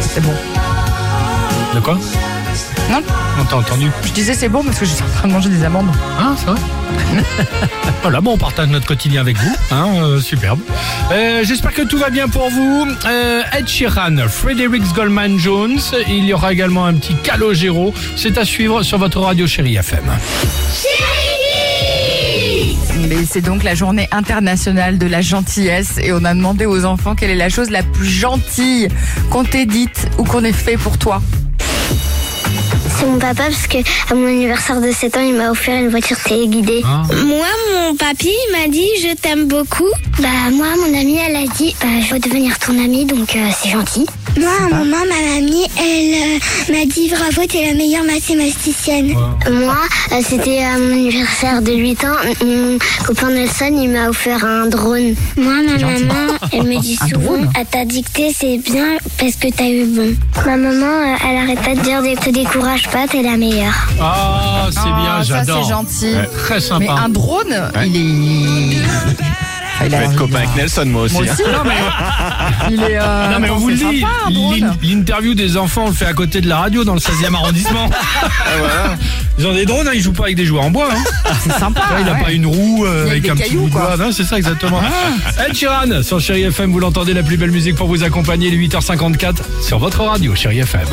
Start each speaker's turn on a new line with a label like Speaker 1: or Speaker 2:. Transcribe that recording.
Speaker 1: c'est bon.
Speaker 2: De quoi
Speaker 1: Non.
Speaker 2: On t'a entendu.
Speaker 1: Je disais c'est bon parce que j'étais en train de manger des amandes.
Speaker 2: Hein, c'est vrai Voilà, bon, on partage notre quotidien avec vous. Hein, euh, superbe. Euh, J'espère que tout va bien pour vous. Euh, Ed Sheeran, Fredericks Goldman Jones. Il y aura également un petit Calogero. C'est à suivre sur votre radio Chérie FM.
Speaker 1: Mais c'est donc la journée internationale de la gentillesse et on a demandé aux enfants quelle est la chose la plus gentille qu'on t'ait dite ou qu'on ait fait pour toi.
Speaker 3: C'est mon papa parce que à mon anniversaire de 7 ans, il m'a offert une voiture téléguidée.
Speaker 2: Ah.
Speaker 3: Moi, mon papy il m'a dit je t'aime beaucoup. Bah moi, mon amie, elle a dit bah, je veux devenir ton amie, donc euh, c'est gentil. Moi, à un moment, ma mamie, elle euh, m'a dit bravo, t'es la meilleure mathématicienne. Moi, euh, c'était à mon anniversaire de 8 ans. Mon copain Nelson, il m'a offert un drone. Moi, ma
Speaker 1: gentil.
Speaker 3: maman, elle me dit
Speaker 1: Un
Speaker 3: souvent,
Speaker 1: drone
Speaker 3: à ta dictée, c'est bien parce que t'as eu bon. Ma maman, euh, elle arrête pas de dire te décourage pas, t'es la meilleure.
Speaker 2: Ah, c'est bien,
Speaker 1: Ah, ça,
Speaker 2: j'adore.
Speaker 1: c'est gentil.
Speaker 2: Ouais, très sympa.
Speaker 1: Mais un drone, il est. Enfin, il
Speaker 4: Je
Speaker 1: a-
Speaker 4: vais être copain avec Nelson, moi aussi.
Speaker 1: Moi
Speaker 4: hein.
Speaker 1: aussi, non, mais. Il est. euh,
Speaker 2: Ah, Non mais on vous
Speaker 1: c'est
Speaker 2: le dit,
Speaker 1: sympa, un drone.
Speaker 2: l'in- l'interview des enfants, on le fait à côté de la radio dans le 16e arrondissement.
Speaker 1: Ah,
Speaker 2: Ils ont des drones, hein, ils jouent pas avec des jouets en bois. hein.
Speaker 1: Ah, C'est sympa.
Speaker 2: Là, il n'a
Speaker 1: ouais.
Speaker 2: pas une roue euh,
Speaker 1: Il y a
Speaker 2: avec
Speaker 1: des
Speaker 2: un petit
Speaker 1: cailloux,
Speaker 2: bout de
Speaker 1: quoi. Ah.
Speaker 2: bois. Non, c'est ça exactement. Ed Sheeran sur Chéri FM, vous l'entendez, la plus belle musique pour vous accompagner, les 8h54 sur votre radio, Chéri FM.